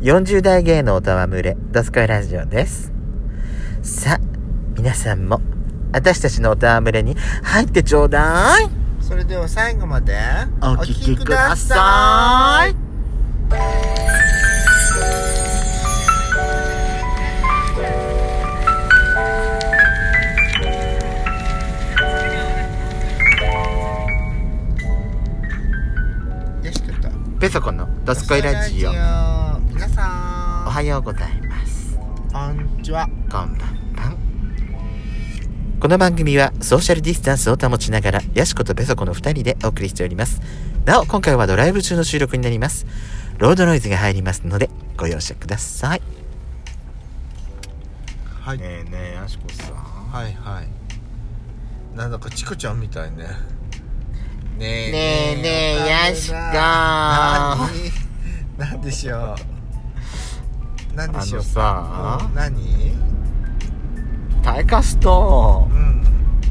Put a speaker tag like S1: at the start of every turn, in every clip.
S1: 40代芸能とは群れ、ドスコイラジオです。さあ、皆さんも、私たちのおたわむれに入ってちょうだい
S2: それでは最後まで
S1: お聞きください
S2: よしこと
S1: ペソコのドスコイラジオ。
S2: 皆さん
S1: おはようございます。
S2: こんにちは
S1: こんばんばん。この番組はソーシャルディスタンスを保ちながら、ヤシコとペソコの2人でお送りしております。なお、今回はドライブ中の収録になります。ロードノイズが入りますので、ご容赦ください。
S2: はい、
S1: えねえ、ヤシコさん。
S2: はいはいなんだかチコちゃんみたいねね
S1: ねえねえやしこ
S2: なになんでしょうなんでしょ
S1: あの
S2: う
S1: さ
S2: うん何
S1: タイカスと
S2: うん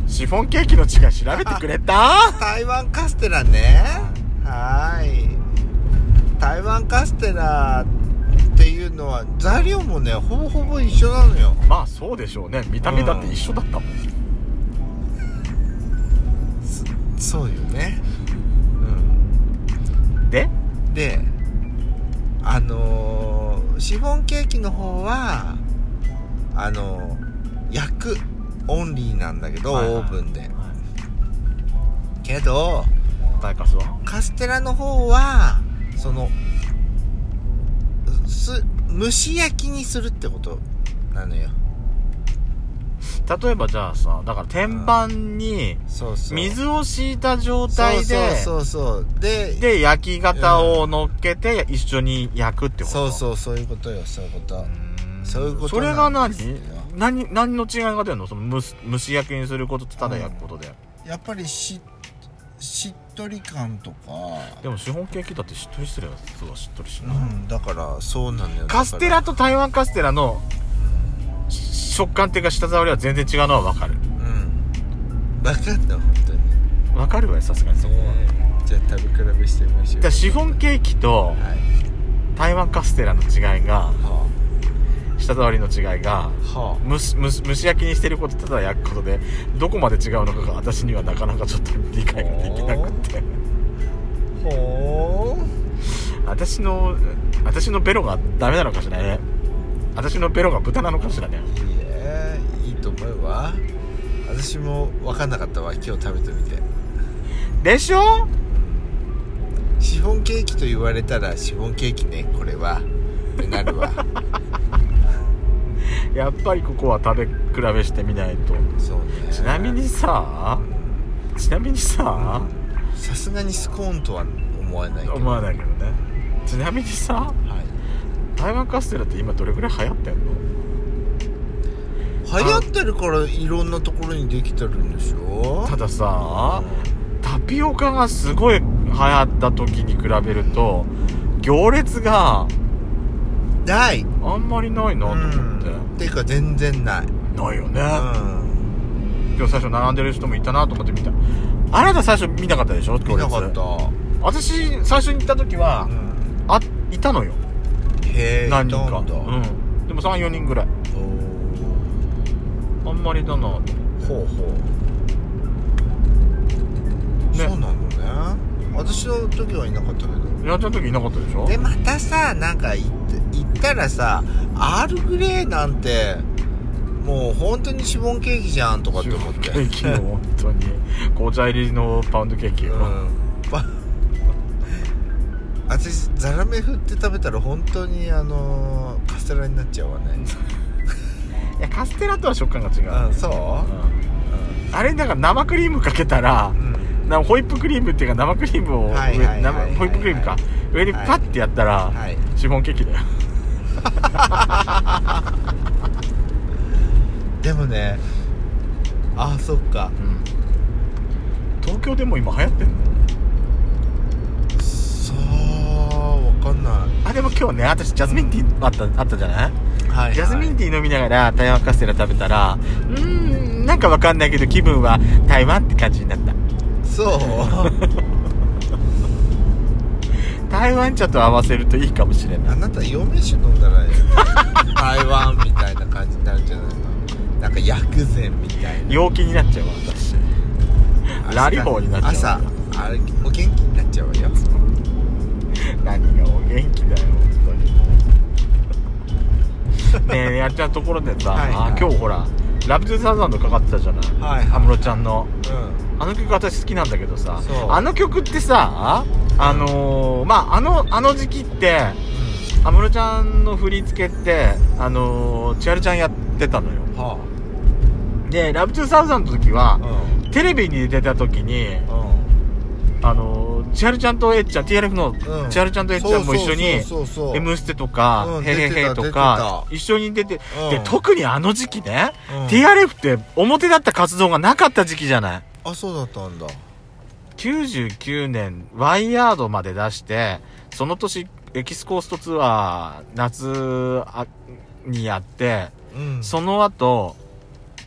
S1: シフォンケーキの違い調べてくれた
S2: 台湾カステラねはーい台湾カステラっていうのは材料もねほぼほぼ一緒なのよ
S3: まあそうでしょうね見た目だって一緒だったもん、
S2: そうよねう
S3: で
S2: んであのーシフォンケーキの方はあのー焼くオンリーなんだけど、
S3: はいはい
S2: オーブンでけど
S3: 大カスは
S2: カステラの方はそのす蒸し焼きにするってことなのよ
S3: 例えばじゃあさだから天板に
S2: そうそう
S3: 水を敷いた状態で
S2: そうそうそうそうで
S3: で焼き型を乗っけて一緒に焼くってこと
S2: そう
S3: う
S2: そうそういうことよそういうこと
S3: ーん
S2: そういうこと
S3: それ
S2: な
S3: が
S2: ん
S3: 何
S2: ですよ
S3: 何何の違いが出るのその蒸す蒸し焼きにすることとただ焼くことで、
S2: やっぱりししっとり感とか
S3: でもシフォンケーキだってしっとりしてるやつはしっとりし
S2: う
S3: ない、
S2: んだからそうなのよ
S3: カステラ
S2: だか
S3: と台湾カステラのし食感っていうか舌触りは全然違うのは分かる
S2: らうん分かった本当に
S3: 分かるわよさすがにそこは、
S2: じゃあ食べ比べしてみましょう
S3: じゃあシフォンケーキと
S2: はい
S3: 台湾カステラの違いが
S2: は
S3: 舌触りの違いが
S2: あは
S3: 蒸し蒸し蒸し焼きにしてることとただ焼くことでどこまで違うのかが私にはなかなかちょっと理解ができなくて
S2: あほう
S3: 私の私のベロがダメなのかしらね私のベロが豚なのかしらね
S2: いいえいいと思うわ私も分かんなかったわ今日食べてみて
S3: でしょ
S2: シフォンケーキと言われたらシフォンケーキねこれはってな るわ
S3: やっぱりここは食べ比べしてみないと
S2: そうね
S3: ちなみにさちなみにさ
S2: さすがにスコーンとは思わないけど
S3: 思わないけどねちなみにさ
S2: はい
S3: 台湾カステラって今どれぐらい流行ってんの
S2: 流行ってるからいろんなところにできてるんでしょ
S3: たださ
S2: う
S3: タピオカがすごい流行った時に比べると行列が
S2: んない
S3: あんまりないなと思って、
S2: ていうか全然ない
S3: ないよね、
S2: うん
S3: 今日最初並んでる人もいたなと思って見たあなた最初見なかったでしょ
S2: 見
S3: 行
S2: な
S3: 列
S2: かった
S3: 私最初に行った時は、
S2: うん
S3: あいたのよ
S2: へえ
S3: 何人
S2: いた
S3: か
S2: んだ
S3: うんでも34人ぐらい
S2: お
S3: あんまりだなと
S2: ーほうほうそ
S3: ね
S2: うなのね私の時はいなかったけど
S3: やった時いなかったでしょ
S2: でまたさなんか行って行ったらさアールグレーなんてもう本当にシフォンケーキじゃんとかって思って
S3: ケーキの 本当に紅茶入りのパウンドケーキよ、
S2: うん ば私ザラメ振って食べたら本当にあのーカステラになっちゃうわね
S3: いやカステラとは食感が違う、
S2: うんそう、
S3: あれだから生クリームかけたら
S2: う、ん
S3: なホイップクリームっていうか生クリームを上
S2: はいはいはいはい
S3: 生ホイップクリームか上にパッてやったら、
S2: はい
S3: シフォンケーキだよ
S2: でもねあそっか
S3: 東京でも今流行ってんの
S2: さあわかんな
S3: あでも今日ね私ジャズミンティーあったあったじゃない、
S2: い、はいはい
S3: ジャズミンティー飲みながら台湾カステラ食べたらうーんなんかわかんないけど気分は 台湾って感じになった
S2: そう
S3: 台湾茶と合わせるといいかもしれな
S2: あ
S3: い
S2: なた陽明酒飲んだら台湾みたいな感じになるんじゃないのなんか薬膳みたいな
S3: 陽気になっちゃうわ私ラリホーになっちゃう
S2: 朝あれお元気になっちゃうわよ
S3: 何がお元気だよ本当にねえやっちゃうところでさ、
S2: はいはい
S3: あ今日ほら「ラブ・トゥ・サザンド」かかってたじゃない
S2: はいはい
S3: 安室、ちゃんの
S2: うん
S3: あの曲私好きなんだけどさ
S2: そう
S3: あの曲ってさあのー、まああのあの時期って安室ちゃんの振り付けってあのー、千春ちゃんやってたのよ
S2: うんは
S3: で「ラブ・トゥ・サザンド」の時は
S2: あう
S3: テレビに出た時に
S2: んうん
S3: あのー、千春ちゃんとえっちゃん TRF の
S2: うん
S3: 千春ちゃんとえっちゃんも一緒に
S2: そうそうそうそ
S3: 「
S2: う
S3: M ステ」とか
S2: う
S3: 「
S2: ん
S3: へへ
S2: 出て
S3: へ」
S2: た
S3: とか
S2: 出
S3: 一緒に出て
S2: うん
S3: で特にあの時期ね
S2: うん
S3: TRF って表だった活動がなかった時期じゃない
S2: あそうだったんだ
S3: 99年ワイヤードまで出してその年エキスコーストツアー夏あにやって
S2: うん
S3: その後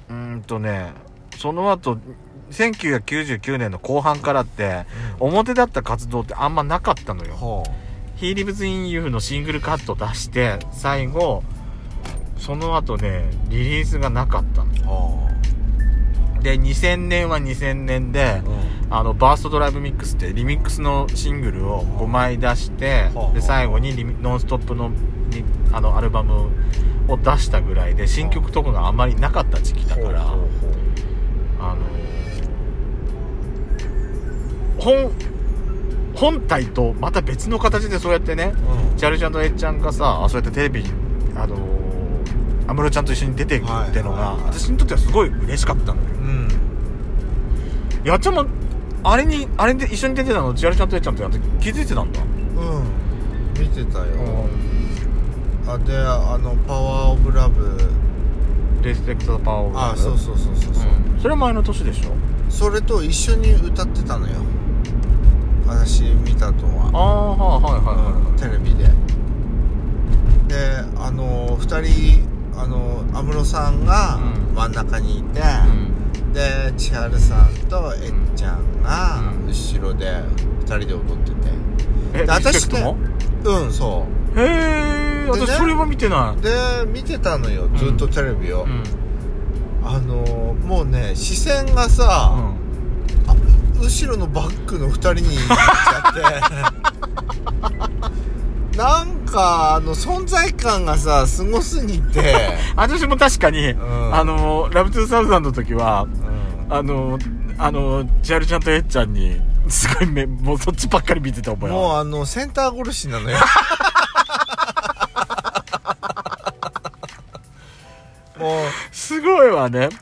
S3: うーんとねその後1999年の後半からって表だった活動ってあんまなかったのよ
S2: は
S3: ヒーリブズ・イン・ユーのシングルカット出して、最後、その後ね、リリースがなかったの。
S2: あは
S3: で、2000年は2000年で
S2: あ、う
S3: あの、バーストドライブミックスってリミックスのシングルを5枚出して
S2: はあ、
S3: で、最後にリミノンストップのリあのアルバムを出したぐらいで、新曲とかがあんまりなかった時期だ
S2: ん
S3: から、
S2: ほうほうほう
S3: あの本、本体とまた別の形でそうやってね、
S2: うん
S3: チャルちゃんとエッちゃんがさそうやってテレビにあのー安室ちゃんと一緒に出ていくってのが、
S2: はいはいはい
S3: 私にとってはすごい嬉しかったのよ
S2: うん
S3: やっちゃんもあれにあれで一緒に出てたのチャルちゃんとエッちゃんってやって気づいてたんだ
S2: うん見てたよ、あであの「パワー・オブ・ラブ
S3: レスペクト・パワーオ」ブラ
S2: あ
S3: ブ
S2: そうそうそうそうそう、
S3: うんそれは前の年でしょ
S2: それと一緒に歌ってたのよ私見たと
S3: あ
S2: は、
S3: あはいはいはいはい
S2: うん、テレビでであの2人あの安室さんが
S3: うん
S2: 真ん中にいて、
S3: うん
S2: で千春さんとえっちゃんが
S3: うん
S2: 後ろで2人で踊ってて
S3: え
S2: で私
S3: リスペクトも
S2: うんそ
S3: へえ
S2: でね
S3: 私それは見てな
S2: うで見てたのよずっとテレビを、
S3: いうん
S2: あのーもうね視線がさ、
S3: うん
S2: あ後ろのバックの2人に行っちゃっ てなんかあの存在感がさすごすぎて、
S3: 私も確かに、
S2: ん
S3: あのーラブトゥーサウザンの時は
S2: うん
S3: あの、あの、ジャルちゃんとエッちゃんに、すごいめ、もうそっちばっかり見てた覚え
S2: もう
S3: あ
S2: あのセンター殺しなの よもう
S3: るすごいわね。
S2: す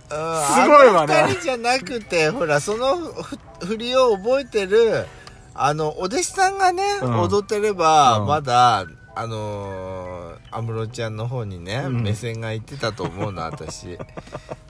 S3: ごいわね
S2: 2人じゃなくてほらそのふ振りを覚えてるあのお弟子さんがね、
S3: うん
S2: 踊ってれば、
S3: うん
S2: まだあのー安室ちゃんの方にね、
S3: うん
S2: 目線がいってたと思うの私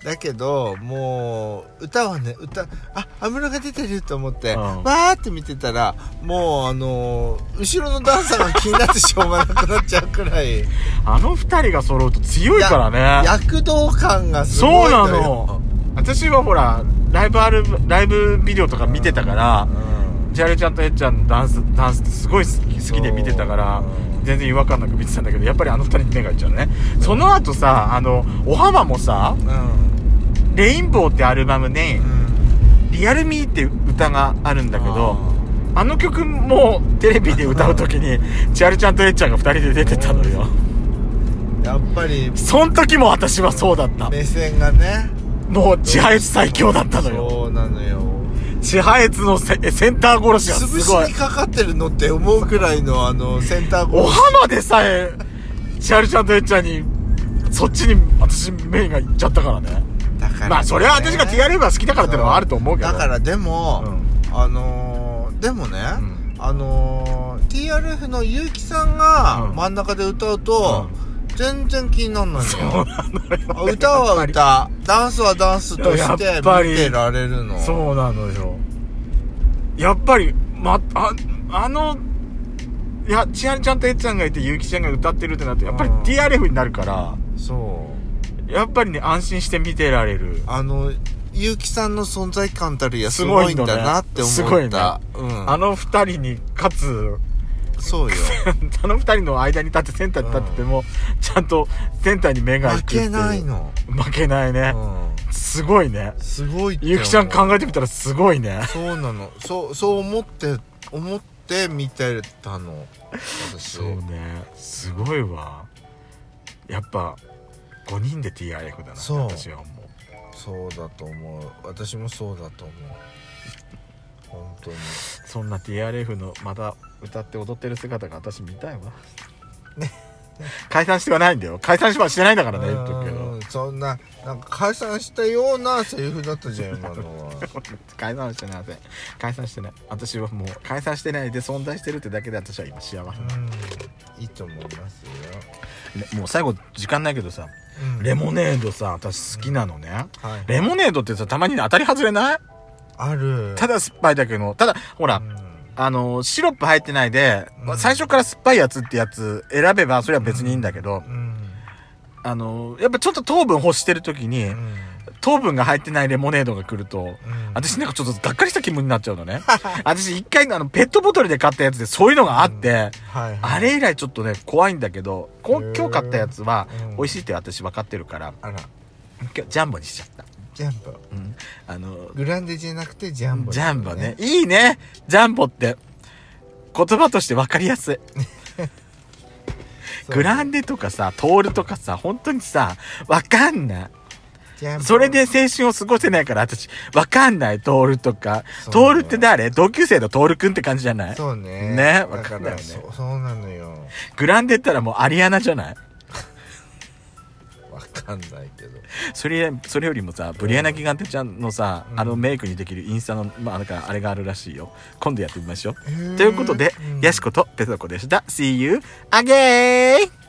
S2: だけどもう歌はね歌あ安室が出てると思って、
S3: うん
S2: わーって見てたらもうあのー後ろのダンサーが気になってしょうがなくなっちゃうくらい
S3: あの二人が揃うと強いからね。
S2: 躍動感がすご
S3: そ
S2: いうよ
S3: なの。私はほら、ライブアルバ、ライブビデオとか見てたから、
S2: うん
S3: ジャルちゃんとエッちゃんのダンス、ダンスってすごい好き好きで見てたから
S2: う、ん
S3: 全然違和感なく見てたんだけど、やっぱりあの二人に目がいっちゃうのね。その後さ、あの、お浜もさ、
S2: うん
S3: レインボーってアルバムに、
S2: うん
S3: リアルミーって歌があるんだけど、
S2: あ
S3: あの曲もテレビで歌う時に千春ちゃんとえっちゃんが2人で出てたのよ
S2: ーやっぱり
S3: そん時も私はそうだった
S2: 目線がね
S3: もう千葉越最強だったのよ
S2: そうなのよ
S3: 千葉越のセセンター殺しは
S2: 潰
S3: す
S2: し
S3: ごい
S2: にかかってるのって思うくらいのあのセンター
S3: お
S2: ゴ
S3: 浜でさえ千春ちゃんとえっちゃんにそっちに私メインがいっちゃったからね
S2: だからね
S3: まあそれは私が TRF が好きだからってのはあると思うけど
S2: だからでも、
S3: う
S2: あのーでもね、
S3: ん
S2: あのー TRF の結城さんが
S3: うん
S2: 真ん中で歌うと、全然気になんないのよあ歌
S3: や
S2: は
S3: っ
S2: 歌ダンスはダンスとして
S3: やっぱり
S2: 見てられるの
S3: そうなのよやっぱりまああのいや千春ちゃんとえっちゃんがいてゆうきちゃんが歌ってるってなるとやっぱり
S2: うん
S3: TRF になるから
S2: そう
S3: やっぱりね安心して見てられる
S2: あの、ゆうきさんの存在感たるやすごいんだなって思った。
S3: すごいんだ
S2: うん。
S3: あの二人にかつ
S2: そうよ
S3: あの二人の間に立ってセンターに立ってても、ちゃんとセンターに目が行く
S2: 負
S3: っていう
S2: けないの、
S3: 負けないね、
S2: う
S3: すごいね
S2: ん、すごいって
S3: ゆきちゃん考えてみた
S2: ら
S3: らすごいね
S2: そうなのそうそう思って思って見てたの私
S3: そうねすごいわやっぱ5人で TIF だな
S2: そう
S3: 私はもう
S2: そうだと思う私もそうだと思う本当に
S3: そんな TRF のまた歌って踊ってる姿が私見たいわ解散してはないんだよ解散しはしてないんだからね言っとくけ
S2: う
S3: ど
S2: んそんななんか解散したようなセリフだったじゃん今のは
S3: 解散はしてない解散してない私はもう解散してないで存在してるってだけで私は今幸せ、
S2: うんいいと思いますよ、
S3: ねもう最後時間ないけどさ
S2: うん
S3: レモネードさ私好きなのね
S2: はい
S3: レモネードってさたまに当たり外れない
S2: ある
S3: ただ酸っぱいだけのただほら、
S2: うん
S3: あの、シロップ入ってないで、
S2: うん
S3: 最初から酸っぱいやつってやつ選べば、それは別にいいんだけど、
S2: うん
S3: あの、やっぱちょっと糖分欲してる時に
S2: う、ん
S3: 糖分が入ってないレモネードが来ると、
S2: うん
S3: 私なんかちょっとがっかりした気分になっちゃうのね。 私一回あの、ペットボトルで買ったやつでそういうのがあって、
S2: はいはい
S3: あれ以来ちょっとね、怖いんだけど、こん
S2: へー
S3: 今日買ったやつは
S2: うん
S3: 美味しいって私分かってるから、
S2: あら
S3: 今日ジャンボにしちゃった。
S2: ジャンボ
S3: うん。あの、
S2: グランデじゃなくてジャンボ、
S3: ジャンボね。いいね。ジャンボって、言葉として分かりやすい。
S2: そう
S3: グランデとかさ、トールとかさ、本当にさ、わかんない。
S2: ジャンボ
S3: それで青春を過ごせないから、私、わかんない、トールとか。
S2: そう
S3: トールって誰同級生のトールくんって感じじゃない
S2: そうね
S3: ね
S2: だ
S3: わかんないよね
S2: そうそうなのよ
S3: グランデったらもうアリアナじゃない
S2: わかんないけど
S3: それ、それよりもさ、ブリアナ・ギガンテちゃんのさ、
S2: うん
S3: あのメイクにできるインスタの、まあ、なんかあれがあるらしいよ。今度やってみましょう。ということで、ヤシコとペソコでした。See you again!